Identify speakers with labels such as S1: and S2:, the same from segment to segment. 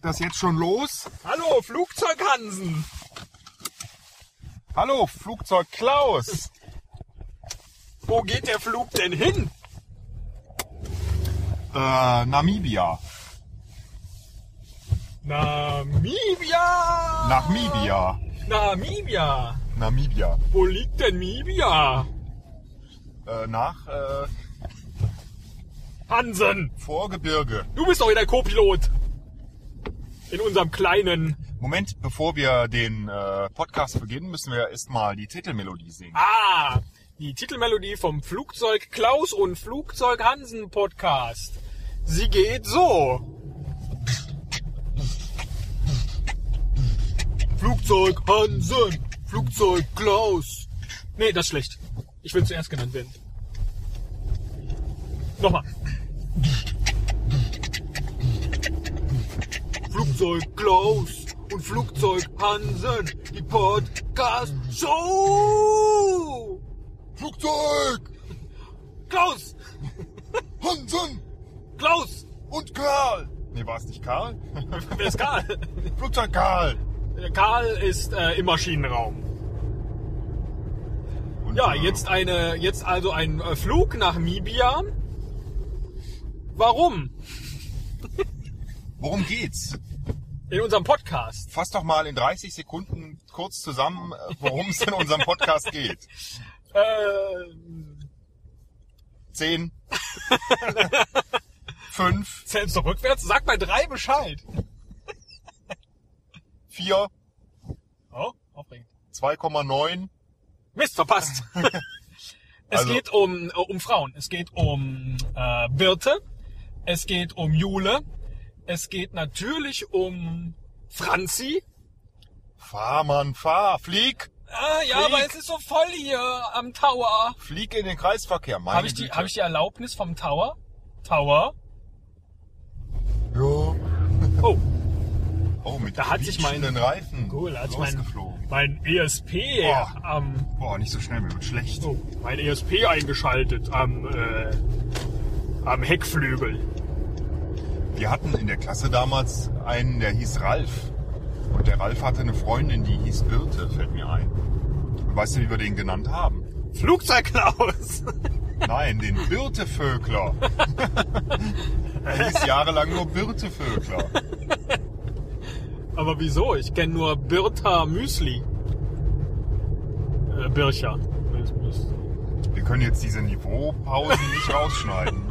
S1: das jetzt schon los?
S2: Hallo, Flugzeughansen!
S1: Hallo, Flugzeug Klaus.
S2: Wo geht der Flug denn hin?
S1: Äh, Namibia.
S2: Namibia!
S1: Nach Mibia.
S2: Namibia!
S1: Namibia.
S2: Wo liegt denn Namibia?
S1: Äh, nach äh,
S2: Hansen,
S1: Vorgebirge.
S2: du bist doch hier der Co-Pilot. In unserem kleinen.
S1: Moment, bevor wir den äh, Podcast beginnen, müssen wir erstmal die Titelmelodie singen.
S2: Ah, die Titelmelodie vom Flugzeug Klaus und Flugzeug Hansen Podcast. Sie geht so. Flugzeug Hansen, Flugzeug Klaus. Nee, das ist schlecht. Ich will zuerst genannt werden. Nochmal. Flugzeug Klaus und Flugzeug Hansen, die Podcast-Show!
S1: Flugzeug
S2: Klaus!
S1: Hansen
S2: Klaus!
S1: und Karl. Nee, war es nicht Karl?
S2: Wer ist Karl?
S1: Flugzeug Karl.
S2: Karl ist äh, im Maschinenraum.
S1: Und,
S2: Ja,
S1: äh,
S2: jetzt eine, jetzt also ein äh, Flug nach Namibia. Warum?
S1: Worum geht's?
S2: In unserem Podcast.
S1: Fass doch mal in 30 Sekunden kurz zusammen, äh, worum es in unserem Podcast geht.
S2: Äh,
S1: Zehn. Fünf.
S2: zählst du rückwärts? Sag bei drei Bescheid.
S1: Vier.
S2: Oh, aufregend.
S1: 2,9.
S2: Mist, verpasst. es
S1: Also-
S2: geht um, äh, um Frauen. Es geht um äh, Birte. Es geht um Jule. Es geht natürlich um Franzi.
S1: Fahr, Mann, fahr. Flieg.
S2: Ah, ja,
S1: Flieg.
S2: aber es ist so voll hier am Tower.
S1: Flieg in den Kreisverkehr. Meine
S2: Habe ich, die-
S1: Güte.
S2: hab ich die Erlaubnis vom Tower? Tower?
S1: Ja.
S2: Oh,
S1: Oh, mit
S2: Da hat sich mein-
S1: quietschenden Reifen
S2: cool. Da hat sich mein,
S1: losgeflogen.
S2: mein ESP
S1: Boah.
S2: am...
S1: Boah, nicht so schnell, mir wird schlecht.
S2: Oh, mein ESP eingeschaltet am, äh, am Heckflügel.
S1: Wir hatten in der Klasse damals einen, der hieß Ralf. Und der Ralf hatte eine Freundin, die hieß Birte, fällt mir ein. Und weißt du, wie wir den genannt haben?
S2: Flugzeugklaus!
S1: Nein, den Birtevögler. er hieß jahrelang nur Birtevögler.
S2: Aber wieso? Ich kenne nur Birta Müsli. Äh, Bircher.
S1: Wir können jetzt diese Niveaupausen nicht rausschneiden.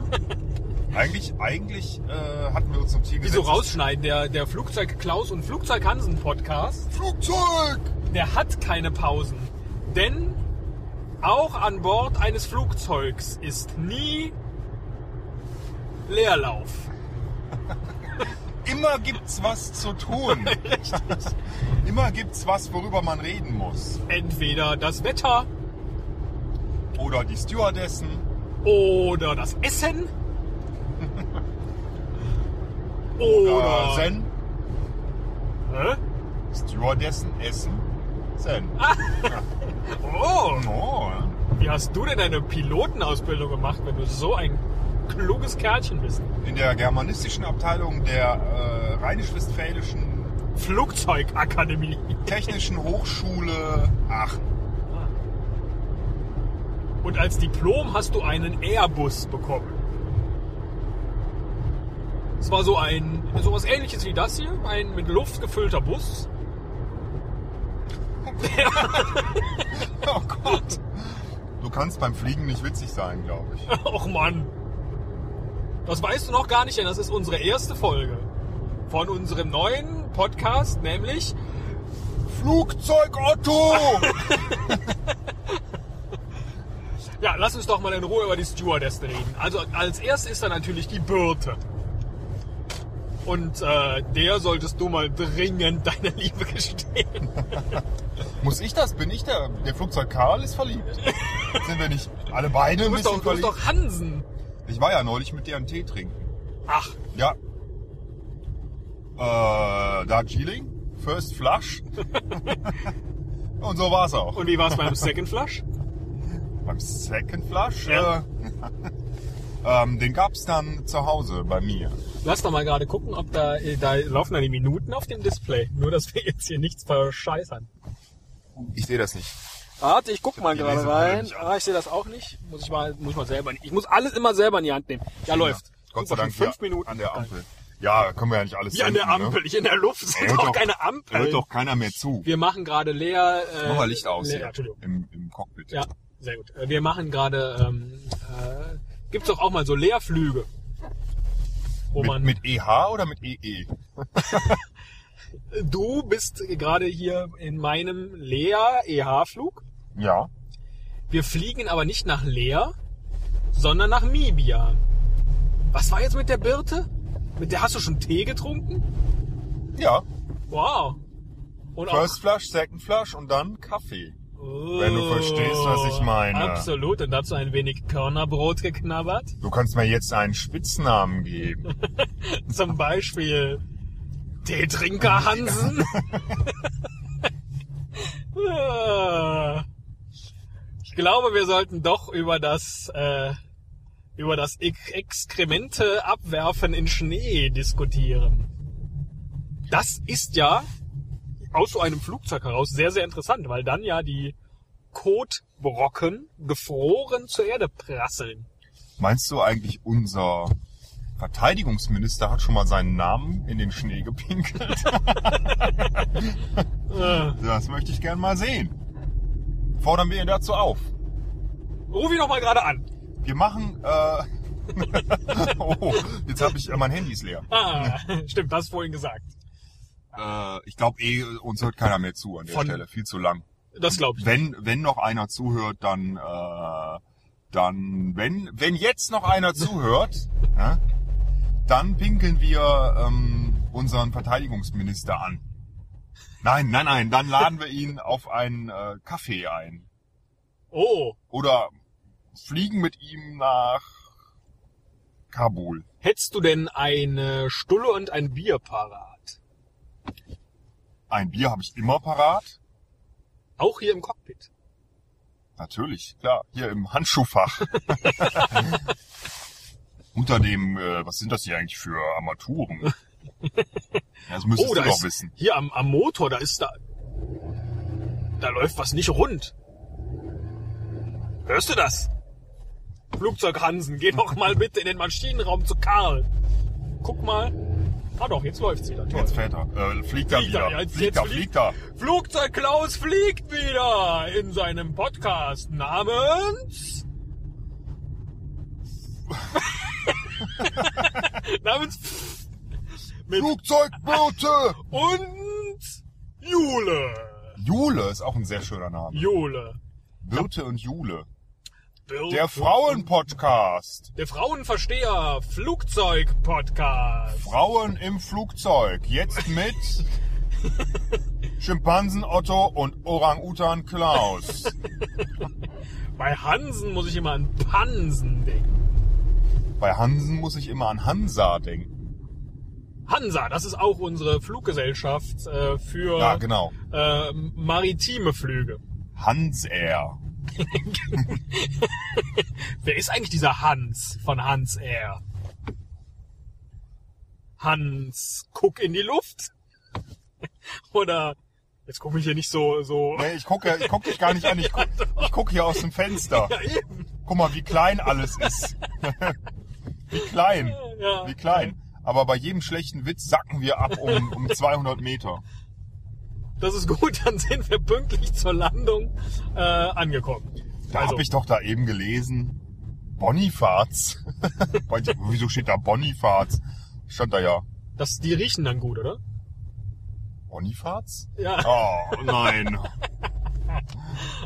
S1: Eigentlich, eigentlich äh, hatten wir uns zum Ziel
S2: Wieso
S1: gesetzt.
S2: rausschneiden? Der, der Flugzeug Klaus und Flugzeug Hansen Podcast,
S1: Flugzeug!
S2: der hat keine Pausen. Denn auch an Bord eines Flugzeugs ist nie Leerlauf.
S1: Immer gibt's was zu tun. Immer gibt's was, worüber man reden muss.
S2: Entweder das Wetter
S1: Oder die Stewardessen.
S2: oder das Essen. Oder.
S1: Äh, Zen.
S2: Hä?
S1: Stewardessen, Essen, Zen.
S2: Oh!
S1: Oh, ja.
S2: Wie hast du denn deine Pilotenausbildung gemacht, wenn du so ein kluges Kerlchen bist?
S1: in der germanistischen Abteilung der äh, Rheinisch-Westfälischen
S2: Flugzeugakademie.
S1: Technischen Hochschule Aachen.
S2: Und als Diplom hast du einen Airbus bekommen. Es war so ein, sowas ähnliches wie das hier, ein mit Luft gefüllter Bus.
S1: Oh Gott. Du kannst beim Fliegen nicht witzig sein, glaube ich.
S2: Och Mann. Das weißt du noch gar nicht, denn das ist unsere erste Folge von unserem neuen Podcast, nämlich
S1: Flugzeug Otto!
S2: Ja, lass uns doch mal in Ruhe über die Stewardess reden. Also als erstes ist da natürlich die Birte. Und äh, der solltest du mal dringend deine Liebe gestehen.
S1: Muss ich das? Bin ich der? Der Flugzeug Karl ist verliebt. Sind wir nicht alle beide ein
S2: Du bist doch,
S1: bisschen
S2: du bist
S1: verliebt?
S2: doch Hansen.
S1: Ich war ja neulich mit dir einen Tee trinken.
S2: Ach,
S1: Ja. Äh, Darjeeling, First Flush. Und so war's auch.
S2: und wie war's beim Second Flush?
S1: Beim Second Flush?
S2: Ja.
S1: Äh, ähm, den gab's dann zu Hause bei mir.
S2: Lass doch mal gerade gucken, ob da, äh, da laufen dann die Minuten auf dem Display. Nur, dass wir jetzt hier nichts verscheißern.
S1: Ich sehe das nicht.
S2: Warte, ich guck mal
S1: die
S2: gerade
S1: Lesebrille
S2: rein.
S1: nicht auf.
S2: Ah, ich sehe das auch nicht. Muss ich mal, muss ich mal selber. in- Ich muss alles immer selber in die Hand nehmen. Ja, läuft.
S1: Gott sei
S2: Super,
S1: Dank
S2: schon Fünf
S1: hier
S2: Minuten.
S1: an der Ampel. Ja, können wir ja nicht alles
S2: Hier an der
S1: senden,
S2: Ampel,
S1: Ne?
S2: nicht in der Luft. Das
S1: Ey,
S2: ist
S1: hört
S2: doch
S1: doch-
S2: keine
S1: Da
S2: Ampel.
S1: hört doch keiner mehr zu.
S2: Wir machen gerade leer. Äh,
S1: Mach mal Licht aus
S2: leer,
S1: hier
S2: Entschuldigung.
S1: im, im Cockpit.
S2: Ja, sehr gut. Äh, Wir machen gerade. Ähm, äh, gibt's doch auch mal so Leerflüge, wo
S1: Mit,
S2: man.
S1: mit EH oder mit EE?
S2: du bist gerade hier in meinem Leer-EH-Flug.
S1: Ja.
S2: Wir fliegen aber nicht nach Leer, sondern nach Mibia. Was war jetzt mit der Birte? Mit der hast du schon Tee getrunken?
S1: Ja.
S2: Genau. Wow. Und
S1: First Flush, Second Flush und dann Kaffee.
S2: Oh,
S1: wenn du verstehst, was ich meine.
S2: Absolut. Und dazu ein wenig Körnerbrot geknabbert.
S1: Du kannst mir jetzt einen Spitznamen geben.
S2: Zum Beispiel Teetrinker Hansen. ich glaube, wir sollten doch über das äh, über das Ex Exkremente abwerfen in Schnee diskutieren. Das ist ja aus so einem Flugzeug heraus sehr sehr interessant, weil dann ja die Kotbrocken gefroren zur Erde prasseln.
S1: Meinst du eigentlich, unser Verteidigungsminister hat schon mal seinen Namen in den Schnee gepinkelt?
S2: Äh,
S1: Das möchte ich gern mal sehen. Fordern wir ihn dazu auf.
S2: ruf ihn doch mal gerade an.
S1: Wir machen. Äh, oh, jetzt habe ich. Äh, mein Handy ist leer.
S2: Ah, stimmt, das vorhin gesagt.
S1: Äh, ich glaube, eh, uns hört keiner mehr zu an der
S2: Von-
S1: Stelle. Viel zu lang.
S2: Das glaube ich.
S1: Wenn, wenn noch einer zuhört, dann. Äh, dann wenn, wenn jetzt noch einer zuhört, ja, dann pinkeln wir ähm, unseren Verteidigungsminister an. Nein, nein, nein, dann laden wir ihn auf einen äh, Kaffee ein.
S2: Oh,
S1: oder fliegen mit ihm nach Kabul.
S2: hättest du denn eine Stulle und ein Bier parat?
S1: Ein Bier habe ich immer parat.
S2: Auch hier im Cockpit.
S1: Natürlich, klar, hier im Handschuhfach. Unter dem, äh, was sind das hier eigentlich für Armaturen? Ja, das müsstest
S2: oh,
S1: du
S2: da
S1: doch
S2: ist
S1: wissen.
S2: hier am, am Motor, da ist da. Da läuft was nicht rund. Hörst du das? Flugzeug Hansen, geh doch mal bitte in den Maschinenraum zu Karl. Guck mal. Ah doch, jetzt läuft's wieder. Toll.
S1: Jetzt fährt er. Äh, fliegt er
S2: Fliegt er,
S1: wieder.
S2: ja, jetzt-
S1: fliegt
S2: jetzt
S1: er, fliegt er.
S2: Flugzeug Klaus fliegt wieder in seinem Podcast namens. namens Mit-
S1: Flugzeugboote!
S2: und Jule.
S1: Jule ist auch ein sehr schöner Name.
S2: Jule.
S1: Birte und Jule.
S2: Bill-
S1: Der Frauenpodcast.
S2: Der Frauenversteher Flugzeug Podcast.
S1: Frauen im Flugzeug. Jetzt mit Schimpansen Otto und Orang-Utan Klaus.
S2: Bei Hansen muss ich immer an Pansen denken.
S1: Bei Hansen muss ich immer an Hansa denken.
S2: Hansa, das ist auch unsere Fluggesellschaft äh, für
S1: Ja, genau.
S2: äh, maritime Flüge.
S1: Hans Air.
S2: Wer ist eigentlich dieser Hans von Hans Air? Hans, guck in die Luft? Oder, jetzt guck mich hier nicht so, so,
S1: Nee, ich gucke ich guck dich gar nicht an. Ich gucke ich guck hier aus dem Fenster.
S2: ja eben.
S1: Guck mal, wie klein alles ist. Wie klein.
S2: Ja.
S1: Wie klein. Aber bei jedem schlechten Witz sacken wir ab um, um 200 Meter.
S2: Das ist gut, dann sind wir pünktlich zur Landung äh, angekommen. Also,
S1: Da hab habe ich doch da eben gelesen, Bonifaz. Wieso steht da Bonifaz? Stand da ja
S2: das, die riechen dann gut, oder?
S1: Bonifaz?
S2: Ja.
S1: Oh, nein.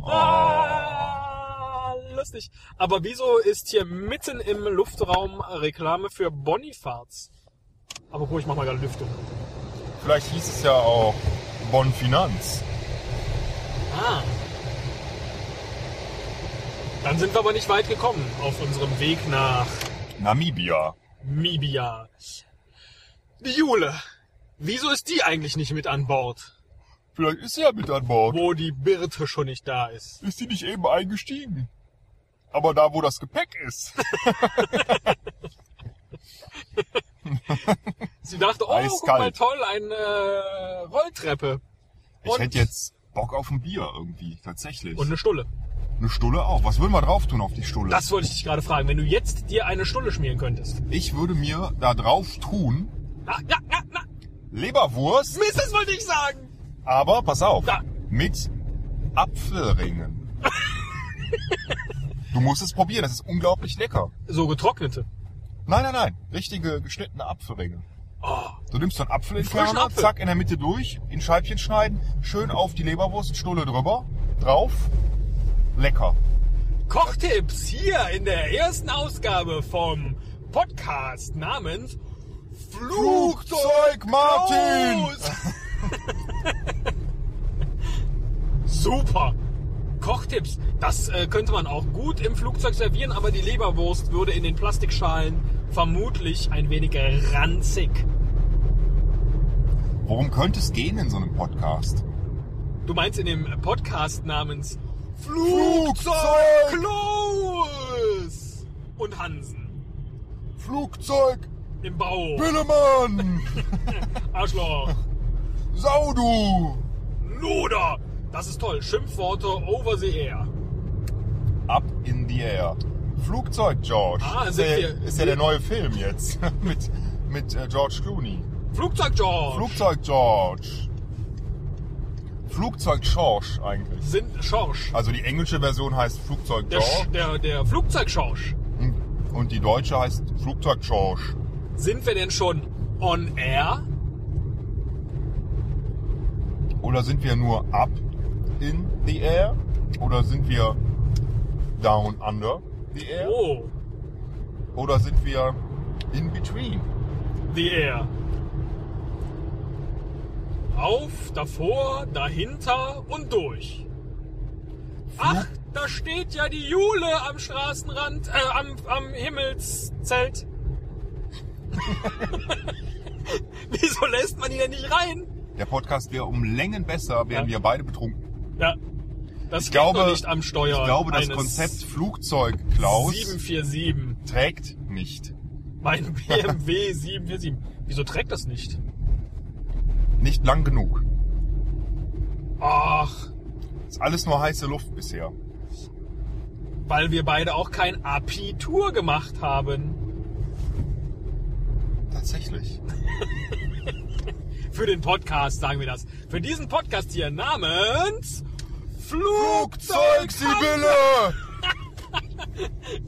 S1: Oh.
S2: Ah, lustig. Aber wieso ist hier mitten im Luftraum Reklame für Bonifaz? Aber ich mach mal gerade Lüftung.
S1: Vielleicht hieß es ja auch Bonfinanz.
S2: Ah. Dann sind wir aber nicht weit gekommen auf unserem Weg nach
S1: Namibia.
S2: Mibia. Die Jule. Wieso ist die eigentlich nicht mit an Bord,
S1: Vielleicht ist sie ja mit an Bord.
S2: wo die Birte schon nicht da ist?
S1: Ist sie nicht eben eingestiegen? Aber da, wo das Gepäck ist.
S2: Sie dachte, oh, guck mal,
S1: Eiskalt.
S2: toll, eine äh, Rolltreppe.
S1: Ich
S2: Und-
S1: hätte jetzt Bock auf ein Bier irgendwie, tatsächlich.
S2: Und eine Stulle.
S1: eine Stulle auch. Was würden wir drauf tun auf die Stulle?
S2: Das wollte ich dich gerade fragen. Wenn du jetzt dir eine Stulle schmieren könntest.
S1: ich würde mir da drauf tun
S2: Na, na, na, na.
S1: Leberwurst,
S2: Mist, das wollte ich sagen.
S1: aber pass auf,
S2: Ja.
S1: mit Apfelringen. du musst es probieren, das ist unglaublich lecker.
S2: So getrocknete.
S1: Nein, nein, nein, richtige geschnittene Apfelringe.
S2: Oh,
S1: Du nimmst so einen Apfel in
S2: Frischen
S1: Körner,
S2: Apfel.
S1: zack, in der Mitte durch, in Scheibchen schneiden, schön auf die Leberwurst, Stulle drüber, drauf, lecker.
S2: Kochtipps hier in der ersten Ausgabe vom Podcast namens
S1: Flugzeug Martin!
S2: Flugzeuglos. Super! Kochtipps, das äh, könnte man auch gut im Flugzeug servieren, aber die Leberwurst würde in den Plastikschalen vermutlich ein wenig ranzig.
S1: Worum könnte es gehen in so einem Podcast?
S2: Du meinst in dem Podcast namens
S1: Flugzeug!
S2: Klaus und Hansen
S1: Flugzeug
S2: im Bau.
S1: Billemann!
S2: Arschloch.
S1: Saudu!
S2: Luder. Das ist toll. Schimpfworte over the air.
S1: Up in the air. Flugzeug George.
S2: Ah,
S1: ist,
S2: sind
S1: ja,
S2: wir-
S1: ist ja der neue Film jetzt mit, mit äh, George Clooney.
S2: Flugzeug George.
S1: Flugzeug George. Flugzeug George eigentlich.
S2: sind Schorsch.
S1: Also die englische Version heißt Flugzeug
S2: Der, Sch-
S1: George
S2: der, der Flugzeug Schorsch.
S1: und die deutsche heißt Flugzeug George.
S2: Sind wir denn schon on air?
S1: Oder sind wir nur up in the air? Oder sind wir down under the air?
S2: Oh,
S1: Oder sind wir in between?
S2: the air. Auf, davor, dahinter und durch. Ach, da steht ja die Jule am Straßenrand, äh, am, am Himmelszelt. Wieso lässt man die denn nicht rein?
S1: Der Podcast wäre um Längen besser, wären
S2: Ja.
S1: wir beide betrunken.
S2: Ja, das
S1: Ich
S2: geht doch
S1: glaube,
S2: nicht am Steuer.
S1: ich glaube, das
S2: eines
S1: Konzept Flugzeug Klaus
S2: 747.
S1: trägt nicht.
S2: Mein BMW 747. Wieso trägt das nicht?
S1: Nicht lang genug.
S2: Ach,
S1: Ist alles nur heiße Luft bisher.
S2: weil wir beide auch kein Abitur gemacht haben.
S1: Tatsächlich.
S2: Für den Podcast sagen wir das. Für diesen Podcast hier namens
S1: Flugzeug Sibylle!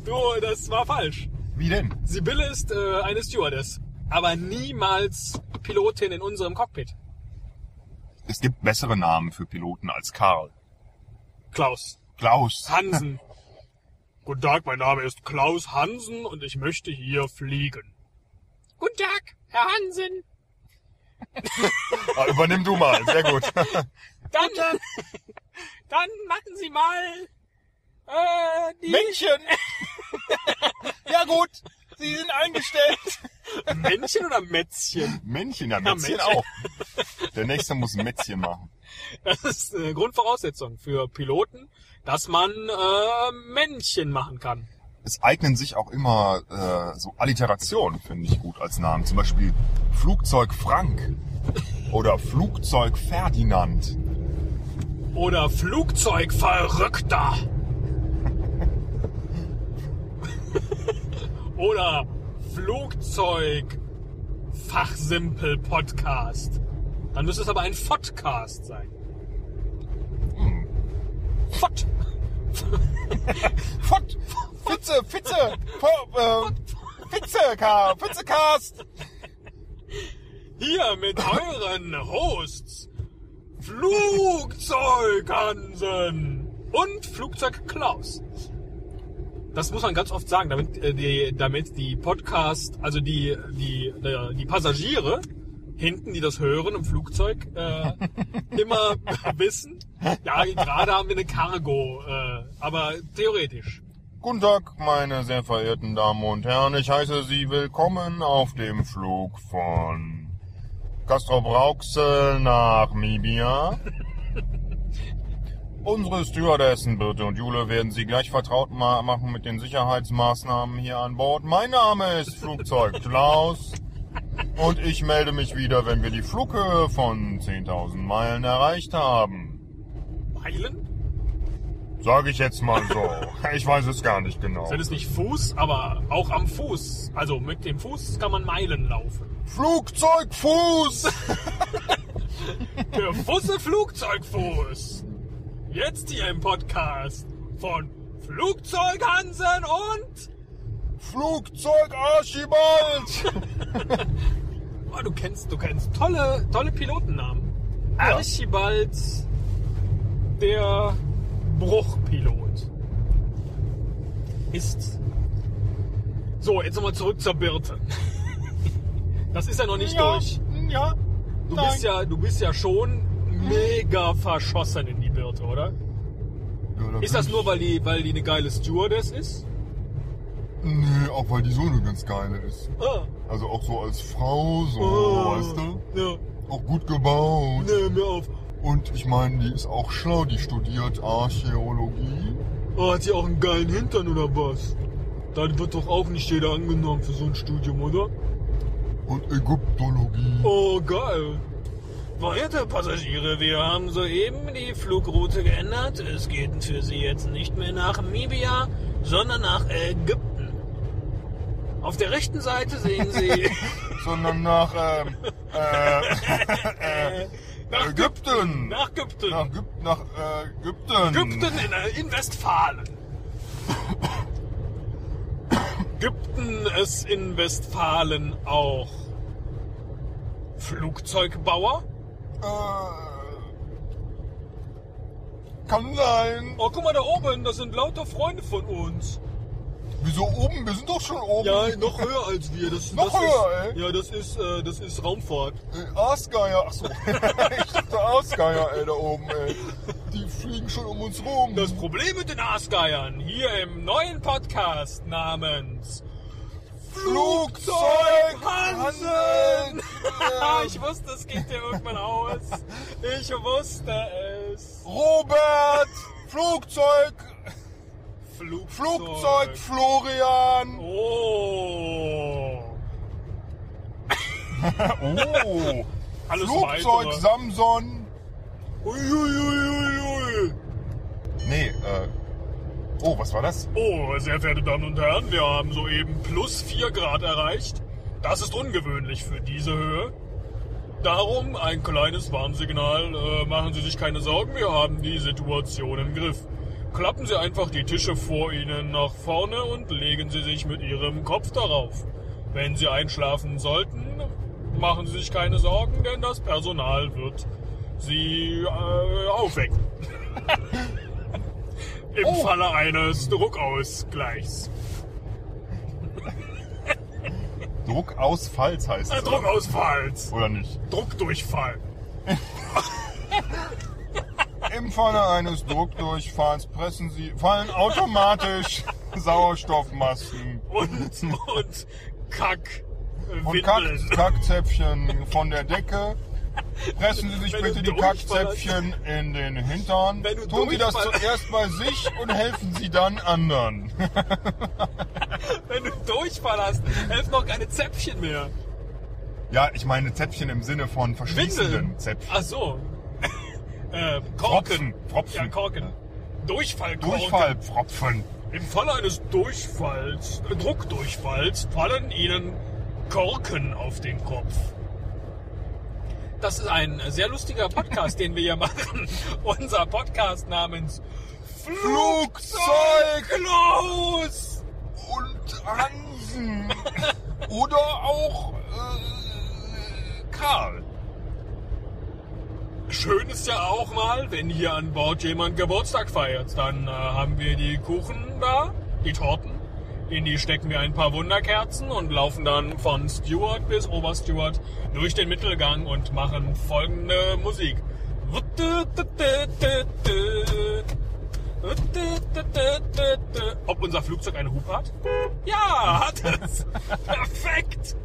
S2: Du, Oh, das war falsch.
S1: Wie denn?
S2: Sibylle ist äh, eine Stewardess, aber niemals Pilotin in unserem Cockpit.
S1: Es gibt bessere Namen für Piloten als Karl.
S2: Klaus
S1: Klaus.
S2: Hansen. Guten Tag, mein Name ist Klaus Hansen und ich möchte hier fliegen. Guten Tag, Herr Hansen.
S1: Ah, übernimm du mal. Sehr gut.
S2: Dann, dann machen Sie mal äh, die
S1: Männchen! ja gut, Sie sind eingestellt.
S2: Männchen oder Mätzchen.
S1: Männchen, ja, Mätzchen
S2: Männchen.
S1: auch. Der nächste muss ein Mätzchen machen.
S2: Das ist eine Grundvoraussetzung für Piloten, dass man äh, Männchen machen kann.
S1: Es eignen sich auch immer äh, so Alliterationen, finde ich gut als Namen. Zum Beispiel Flugzeug Frank oder Flugzeug Ferdinand.
S2: Oder Flugzeugverrückter. oder Flugzeugfachsimpel Podcast. Dann müsste es aber ein Podcast sein. Fott.
S1: Fott, Fitze, Fitze, Fo- äh, Fitze, Ka, Fitzecast.
S2: Hier mit euren Hosts Flugzeughansen und Flugzeug Klaus. Das muss man ganz oft sagen, damit äh, die, damit die Podcast, also die, die, äh, die Passagiere hinten, die das hören im Flugzeug, äh, immer wissen. Ja, gerade haben wir eine Cargo, äh, aber theoretisch.
S1: Guten Tag, meine sehr verehrten Damen und Herren. Ich heiße Sie willkommen auf dem Flug von Castro Brauxel nach Mibia. Unsere Stewardessen Birte und Jule werden Sie gleich vertraut ma machen mit den Sicherheitsmaßnahmen hier an Bord. Mein Name ist Flugzeug Klaus Und ich melde mich wieder, wenn wir die Flughöhe von 10.000 Meilen erreicht haben.
S2: Meilen?
S1: Sage ich jetzt mal so. Ich weiß es gar nicht genau.
S2: Sind es nicht Fuß, aber auch am Fuß. Also mit dem Fuß kann man Meilen laufen.
S1: Flugzeugfuß!
S2: Für Fusse Flugzeugfuß. Jetzt hier im Podcast von Flugzeughansen und...
S1: Flugzeug Archibald!
S2: Oh, du kennst, du kennst tolle, tolle Pilotennamen. Archibald, der Bruchpilot, ist. So, jetzt nochmal zurück zur Birte. Das ist ja noch nicht durch.
S1: Ja.
S2: Du
S1: nein.
S2: bist, ja, du bist ja schon mega verschossen in die Birte, oder?
S1: Ja, da
S2: Ist das
S1: bin
S2: nur, weil die, weil die eine geile Stewardess ist?
S1: ich- Nee, auch weil die so eine ganz geile ist.
S2: Ah.
S1: Also auch so als Frau, so, Oh, weißt du?
S2: Ja.
S1: Auch gut gebaut.
S2: Oh. Nee, mir auf.
S1: Und ich meine, die ist auch schlau, die studiert Archäologie.
S2: Oh, hat sie auch einen geilen Hintern oder was? Da wird doch auch nicht jeder angenommen für so ein Studium, oder?
S1: und Ägyptologie.
S2: Oh, geil. Verehrte Passagiere, wir haben soeben die Flugroute geändert. Es geht für Sie jetzt nicht mehr nach Namibia, sondern nach Ägypten. Auf der rechten Seite sehen Sie
S1: Sondern nach ähm, äh,
S2: nach
S1: Ägypten.
S2: nach Ägypten.
S1: Nach, Ägyp- nach äh, Ägypten.
S2: Ägypten in, äh, in Westfalen. Ägypten ist in Westfalen auch Flugzeugbauer?
S1: Äh, kann sein.
S2: Oh, guck mal da oben, das sind lauter Freunde von uns.
S1: Wieso oben? Wir sind doch schon oben. Äh,
S2: Ja, noch höher als wir. Das,
S1: Noch
S2: das
S1: höher,
S2: ist,
S1: ey.
S2: Ja, das ist, äh, das ist Raumfahrt.
S1: Äh, Aasgeier. Achso. ich dachte Aasgeier, ey, da oben, ey. Die fliegen schon um uns rum.
S2: Das Problem mit den Aasgeiern hier im neuen Podcast namens
S1: Flugzeug
S2: Hansen.
S1: Ja.
S2: Ah, ich wusste, es geht dir irgendwann aus. Ich wusste es.
S1: Robert! Flugzeug!
S2: Flugzeug.
S1: Flugzeug Florian!
S2: Oh.
S1: Oh!
S2: Alles
S1: Flugzeug
S2: weitere.
S1: Samson!
S2: Uiuiuiui.
S1: Nee, äh. Oh, was war das?
S2: Oh, sehr verehrte Damen und Herren, wir haben soeben plus 4 Grad erreicht. Das ist ungewöhnlich für diese Höhe. Darum ein kleines Warnsignal. Äh, machen Sie sich keine Sorgen, wir haben die Situation im Griff. Klappen Sie einfach die Tische vor Ihnen nach vorne und legen Sie sich mit Ihrem Kopf darauf. Wenn Sie einschlafen sollten, machen Sie sich keine Sorgen, denn das Personal wird Sie äh, aufwecken. Im
S1: Oh.
S2: Falle eines Druckausgleichs.
S1: Druckausfalls heißt
S2: Äh,
S1: es.
S2: Druckausfalls.
S1: Oder nicht?
S2: Druckdurchfall.
S1: Im Falle eines Druckdurchfalls pressen Sie, fallen automatisch Sauerstoffmasken
S2: und, und Kack. äh,
S1: und Kack,
S2: Windeln.
S1: Kackzäpfchen von der Decke. Pressen Sie sich
S2: Wenn
S1: bitte
S2: du
S1: die
S2: Durchfall
S1: Kackzäpfchen in den Hintern.
S2: Wenn du
S1: Tun Sie das
S2: Durchfall-
S1: zuerst bei sich und helfen Sie dann anderen.
S2: Wenn du Durchfall hast, helfen noch keine Zäpfchen mehr.
S1: Ja, ich meine Zäpfchen im Sinne von verschließenden
S2: Windeln.
S1: Zäpfchen.
S2: Ach so. äh,
S1: Tropfen.
S2: Korken.
S1: Tropfen.
S2: Ja, Korken. Durchfall, Korken.
S1: Durchfallpfropfen.
S2: Im Falle eines Durchfalls, äh, Druckdurchfalls, fallen Ihnen Korken auf den Kopf. Das ist ein sehr lustiger Podcast, den wir hier machen. Unser Podcast namens
S1: Flugzeug!
S2: Klaus!
S1: und Hansen. Oder auch äh, Karl.
S2: Schön ist ja auch mal, wenn hier an Bord jemand Geburtstag feiert. Dann äh, haben wir die Kuchen da, die Torten. In die stecken wir ein paar Wunderkerzen und laufen dann von Steward bis Obersteward durch den Mittelgang und machen folgende Musik. Ob unser Flugzeug einen Hub hat? Ja, hat es. Perfekt.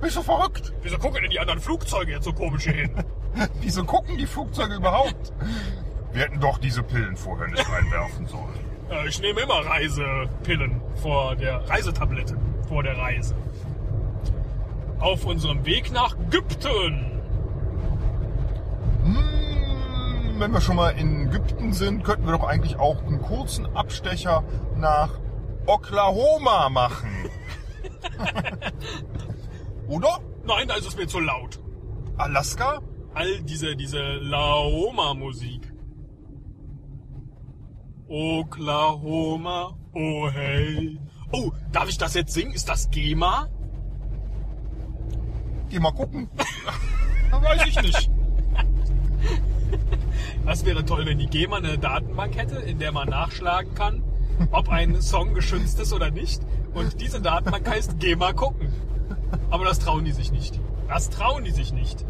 S1: Bist du verrückt?
S2: Wieso gucken denn die anderen Flugzeuge jetzt so komisch hier hin?
S1: Wieso gucken die Flugzeuge überhaupt? Wir hätten doch diese Pillen vorher nicht reinwerfen sollen.
S2: Äh, Ich nehme immer Reisepillen vor der Reisetablette vor der Reise. auf unserem Weg nach Ägypten.
S1: Hm, wenn wir schon mal in Ägypten sind, könnten wir doch eigentlich auch einen kurzen Abstecher nach Oklahoma machen. Oder?
S2: Nein, da ist es mir zu laut.
S1: Alaska?
S2: All diese, diese Laoma-Musik. Oklahoma, oh hey. Oh, darf ich das jetzt singen? Ist das GEMA?
S1: Geh mal gucken. Weiß ich nicht.
S2: Das wäre toll, wenn die GEMA eine Datenbank hätte, in der man nachschlagen kann, ob ein Song geschützt ist oder nicht. Und diese Datenbank heißt GEMA gucken. Aber das trauen die sich nicht. Das trauen die sich nicht.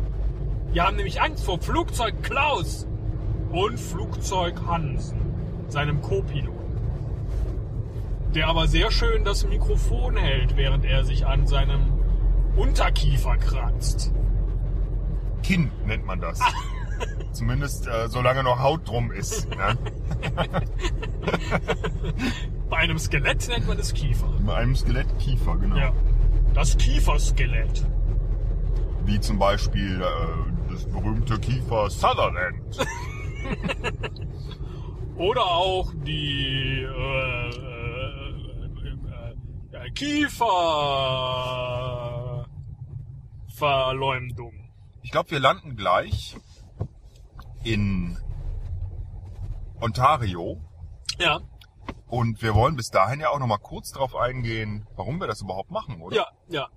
S2: Die haben nämlich Angst vor Flugzeug Klaus und Flugzeug Hansen, seinem Co-Piloten. Der aber sehr schön das Mikrofon hält, während er sich an seinem Unterkiefer kratzt.
S1: Kinn nennt man das. Zumindest äh, solange noch Haut drum ist. Ne?
S2: Bei einem Skelett nennt man es Kiefer.
S1: Bei einem Skelettkiefer, genau.
S2: Ja. Das Kieferskelett.
S1: Wie zum Beispiel äh, das berühmte Kiefer Sutherland.
S2: Oder auch die äh, äh, äh, äh, Kieferverleumdung.
S1: Ich glaube, wir landen gleich in Ontario.
S2: Ja,
S1: Und wir wollen bis dahin ja auch nochmal kurz drauf eingehen, warum wir das überhaupt machen, oder?
S2: ja, ja.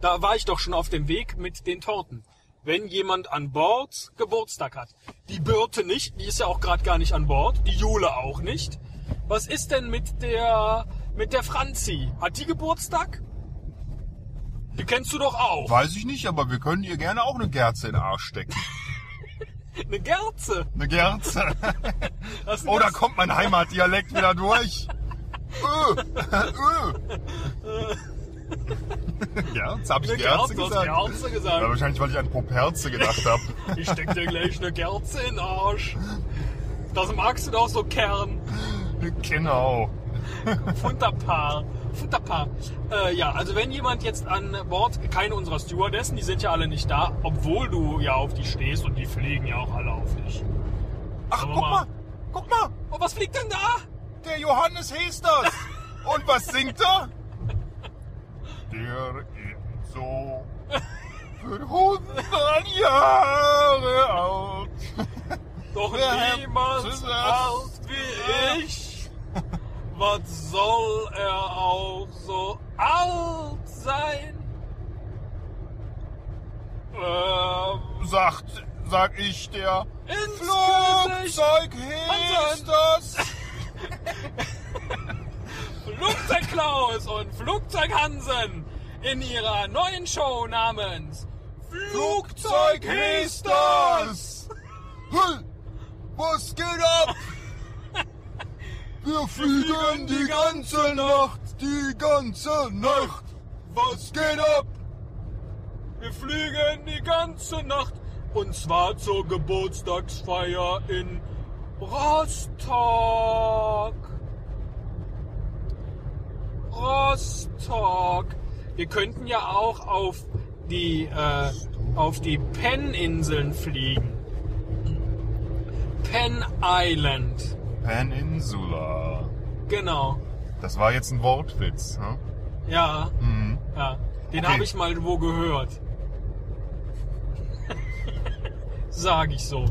S2: Da war ich doch schon auf dem Weg mit den Torten. Wenn jemand an Bord Geburtstag hat. Die Birte nicht, die ist ja auch gerade gar nicht an Bord. Die Jule auch nicht. Was ist denn mit der mit der Franzi? Hat die Geburtstag? Die kennst du doch auch.
S1: Weiß ich nicht, aber wir können ihr gerne auch eine Gerze in den Arsch stecken.
S2: Eine Gerze.
S1: Eine Gerze.
S2: Das ist
S1: Oh,
S2: ein
S1: da
S2: ganz-
S1: kommt mein Heimatdialekt wieder durch. Ö. Ö. Ja, jetzt habe ich
S2: Eine
S1: Gerze
S2: Gerze, du hast
S1: gesagt. Ja,
S2: Gerze gesagt.
S1: wahrscheinlich, weil ich an Properze gedacht habe.
S2: Ich steck dir gleich eine Gerze in den Arsch. Das magst du doch so Kern.
S1: Genau.
S2: Funterpaar. Funterpaar. Äh, ja, also wenn jemand jetzt an Bord, keine unserer Stewardessen, die sind ja alle nicht da, obwohl du ja auf die stehst und die fliegen ja auch alle auf dich.
S1: Ach,
S2: Aber
S1: guck
S2: mal.
S1: mal. Guck mal.
S2: Oh, was fliegt denn da?
S1: Der Johannes Hesters. Und was singt er? Der ist so für 100 Jahre alt.
S2: Doch
S1: Wir haben
S2: niemand
S1: zusammen-
S2: alt wie ich. Was soll er auch so alt sein? Ähm,
S1: Sagt, sag ich, der
S2: ins Gesicht.
S1: Flugzeug
S2: Hansen.
S1: Hesters.
S2: Flugzeug Klaus und Flugzeug Hansen in ihrer neuen Show namens
S1: Flugzeug hieß das! Hey, was geht ab? Wir fliegen die ganze Nacht, die ganze Nacht. Was geht ab?
S2: Wir fliegen die ganze Nacht und zwar zur Geburtstagsfeier in Rostock. Rostock. Wir könnten ja auch auf die äh, auf die Penninseln fliegen. Penn Island.
S1: Peninsula.
S2: Genau.
S1: Das war jetzt ein Wortwitz. Ne?
S2: Ja,
S1: Mhm.
S2: ja. Den
S1: Okay.
S2: habe ich mal wo gehört. Sag ich so.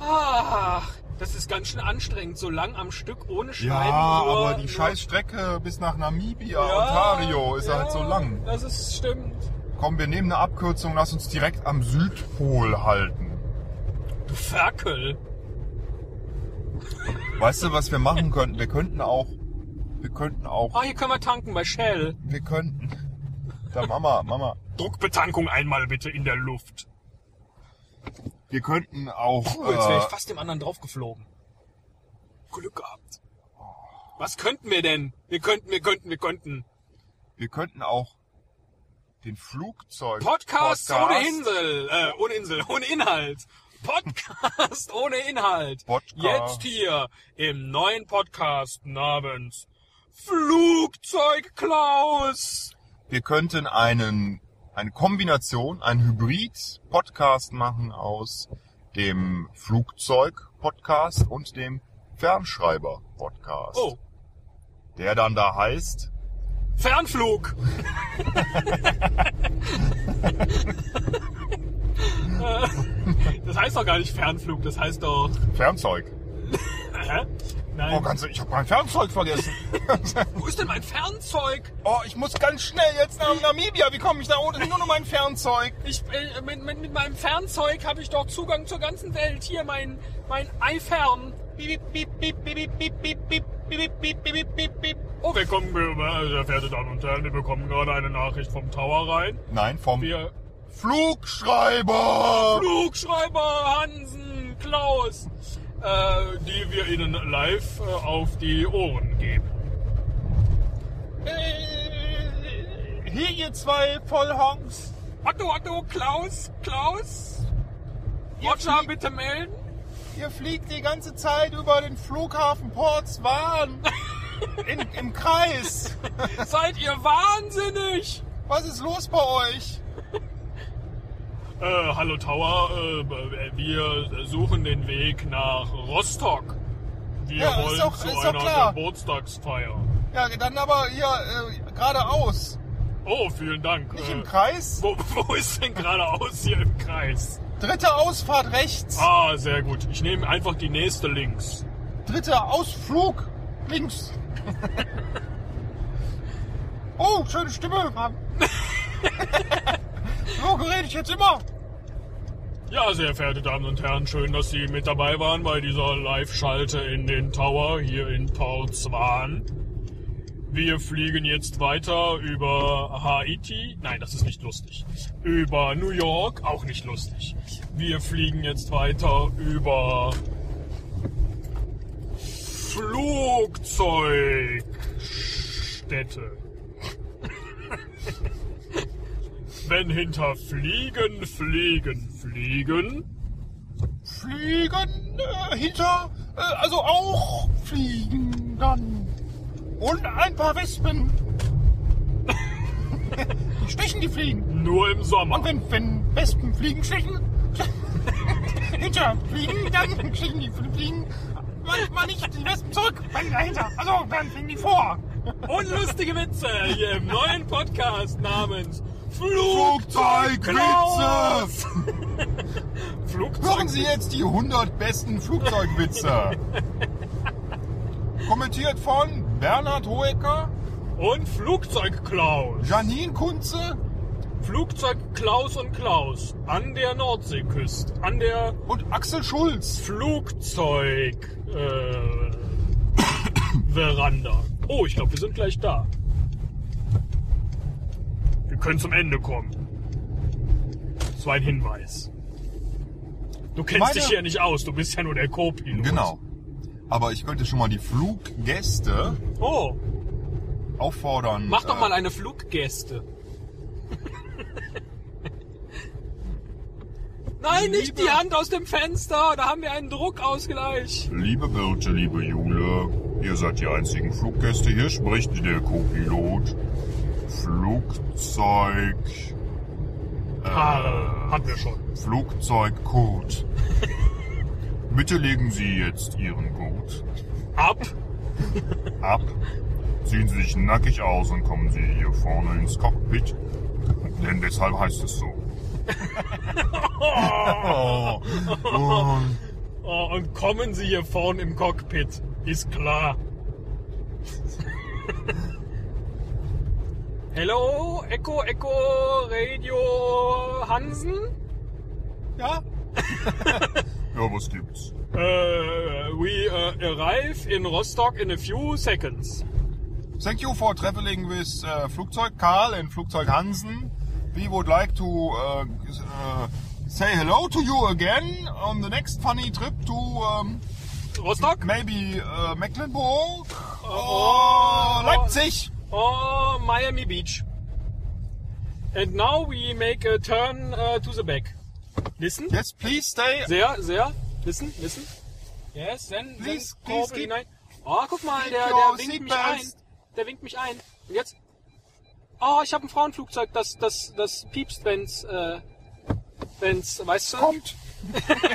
S2: Ach, das ist ganz schön anstrengend, so lang am Stück ohne Schreiben.
S1: Ja,
S2: nur,
S1: aber die
S2: nur-
S1: Scheißstrecke bis nach Namibia,
S2: Ja,
S1: Ontario, ist halt so
S2: ja,
S1: lang.
S2: Das ist stimmt.
S1: Komm, wir nehmen eine Abkürzung, lass uns direkt am Südpol halten.
S2: Du Ferkel.
S1: Weißt du, was wir machen könnten? Wir könnten auch, wir könnten auch,
S2: Ah, hier können wir tanken bei Shell.
S1: wir könnten. Da Mama, Mama.
S2: Druckbetankung einmal bitte in der Luft.
S1: Wir könnten auch.
S2: Puh, jetzt wäre ich
S1: äh,
S2: fast dem anderen draufgeflogen. Glück gehabt.
S1: Oh.
S2: Was könnten wir denn? Wir könnten, wir könnten, wir könnten.
S1: wir könnten auch den Flugzeug.
S2: Podcast,
S1: Podcast-
S2: ohne Insel, äh, ohne Insel, ohne Inhalt. Podcast ohne Inhalt.
S1: Podcast.
S2: Jetzt hier im neuen Podcast namens Flugzeug Klaus
S1: wir könnten einen, eine Kombination, einen Hybrid-Podcast machen aus dem Flugzeug-Podcast und dem Fernschreiber-Podcast.
S2: Oh,
S1: Der dann da heißt,
S2: Fernflug! Äh, das heißt doch gar nicht Fernflug, das heißt doch.
S1: Fernzeug.
S2: Hä?
S1: Oh,
S2: Nein.
S1: ganz, ich habe mein Fernzeug vergessen.
S2: Wo ist denn mein Fernzeug?
S1: oh, ich muss ganz schnell jetzt nach Namibia. Wie komme ich da ohne nur noch mein Fernzeug?
S2: Ich, äh, mit, mit, mit meinem Fernzeug habe ich doch Zugang zur ganzen Welt. Hier mein, mein iFern. Bip, bip, bip, bip, bip, bip, bip, bip, bip, bip, bip, bip, bip, bip. Oh, willkommen, sehr verehrte Damen und Herren. Wir bekommen gerade eine Nachricht vom Tower rein.
S1: Nein, vom
S2: Wir
S1: Flugschreiber.
S2: Flugschreiber Hansen, Klaus, äh, die wir Ihnen live äh, auf die Ohren geben.
S1: Äh, Hier ihr zwei Vollhongs.
S2: Otto, Otto, Klaus, Klaus,
S1: Ihr
S2: Roger,
S1: fliegt-
S2: bitte melden.
S1: Ihr fliegt die ganze Zeit über den Flughafen Portswan. In, Im Kreis.
S2: Seid ihr wahnsinnig?
S1: Was ist los bei euch?
S2: Äh, hallo Tower, äh, wir suchen den Weg nach Rostock. Wir
S1: Ja, ist
S2: wollen
S1: doch-
S2: zu
S1: ist doch
S2: einer
S1: klar.
S2: Geburtstagsfeier.
S1: Ja, dann aber hier äh, geradeaus.
S2: Oh, vielen Dank.
S1: Nicht
S2: Äh,
S1: im Kreis.
S2: wo, wo ist denn geradeaus hier im Kreis?
S1: Dritte Ausfahrt rechts.
S2: Ah, sehr gut. Ich nehme einfach die nächste links.
S1: Dritter Ausflug links. oh, schöne Stimme. so rede ich jetzt immer.
S2: Ja, sehr verehrte Damen und Herren, schön, dass Sie mit dabei waren bei dieser Live-Schalte in den Tower hier in Portswan. Wir fliegen jetzt weiter über Haiti. Nein, das ist nicht lustig. Über New York, auch nicht lustig. Wir fliegen jetzt weiter über Flugzeugstädte. Wenn hinter Fliegen, Fliegen, Fliegen,
S1: Fliegen äh, hinter, äh, also auch fliegen dann. Und ein paar Wespen. die stechen die Fliegen.
S2: nur im Sommer.
S1: Und wenn, wenn Wespen Fliegen stechen, hinter Fliegen, dann stechen die Fliegen manchmal nicht die Wespen zurück, wenn dahinter. Also dann fliegen die vor.
S2: und lustige Witze hier im neuen Podcast namens Flugzeugklaus.
S1: Flugzeugwitze! Hören
S2: Flugzeug.
S1: Sie jetzt die 100 besten Flugzeugwitze. Kommentiert von Bernhard Hoecker,
S2: Und Flugzeugklaus.
S1: Janine Kunze
S2: Flugzeugklaus und Klaus an der Nordseeküste. An der
S1: und Axel Schulz.
S2: Flugzeug äh, Veranda. Oh, ich glaube, wir sind gleich da. Wir können zum Ende kommen. Das war ein Hinweis. Du kennst
S1: Meine-
S2: dich hier nicht aus, du bist ja nur der Co-Pilot.
S1: Genau. Aber ich könnte schon mal die Fluggäste
S2: Oh,
S1: auffordern.
S2: mach doch
S1: äh,
S2: mal eine Fluggäste. Nein, nicht die
S1: Liebe-
S2: Hand aus dem Fenster, da haben wir einen Druckausgleich.
S1: Äh, Liebe Birte, liebe Jule, ihr seid die einzigen Fluggäste. Hier spricht der Co-Pilot. Flugzeug.
S2: Haare, hatten wir schon.
S1: Flugzeugcode. Bitte legen Sie jetzt Ihren Code
S2: Ab
S1: ab. Ziehen Sie sich nackig aus und kommen Sie hier vorne ins Cockpit. Denn deshalb heißt es so. oh. Oh.
S2: Oh, und kommen Sie hier vorn im Cockpit. Ist klar. Hello, Echo, Echo, Radio Hansen?
S1: Ja? ja, was gibt's?
S2: Äh, we äh, arrive in Rostock in a few seconds.
S1: Thank you for traveling with äh, Flugzeug Karl and Flugzeug Hansen. We would like to äh, äh, say hello to you again on the next funny trip to ähm,
S2: Rostock?
S1: Maybe uh, Mecklenburg or
S2: Oh.
S1: Leipzig.
S2: Oh, Miami Beach. And now we make a turn uh, to the back. Listen?
S1: Yes, please stay.
S2: Sehr, sehr. Listen, listen. Yes, then, then
S1: Please, please
S2: Kurbel
S1: keep-
S2: hinein. Oh, guck mal,
S1: keep
S2: der,
S1: your
S2: der winkt mich ein.
S1: seatbelts.
S2: Der winkt mich ein. Und jetzt. oh, ich habe ein Frauenflugzeug, das, das, das piepst, wenn's, äh, wenn's, weißt du?
S1: Kommt.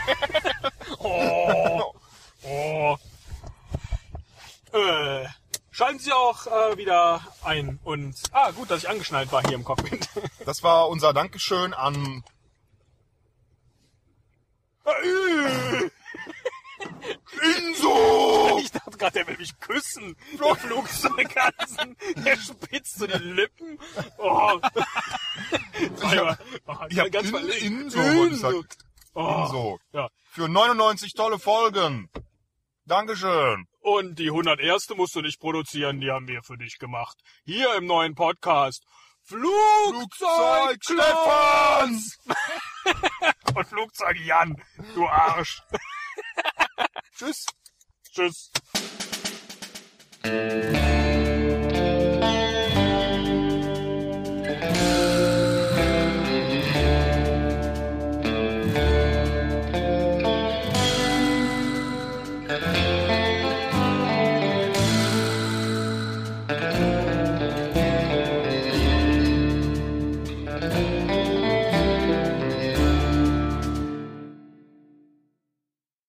S2: Oh. Oh. Äh, schalten Sie auch äh, wieder ein. Und ah, gut, dass ich angeschnallt war hier im Cockpit.
S1: Das war unser Dankeschön an Inso.
S2: ich dachte gerade, der will mich küssen. Der Flugzeugkatzen, der spitzt so die Lippen. Oh. Ich
S1: hab- Ich hab in, Inso, wollte ich sagen.
S2: Ah.
S1: Inso.
S2: Oh. Ja.
S1: Für 99 tolle Folgen. Dankeschön.
S2: Und die 101. musst du nicht produzieren, die haben wir für dich gemacht. Hier im neuen Podcast. Flugzeug,
S1: Stefans.
S2: und Flugzeug Jan, du Arsch.
S1: Tschüss.
S2: Tschüss.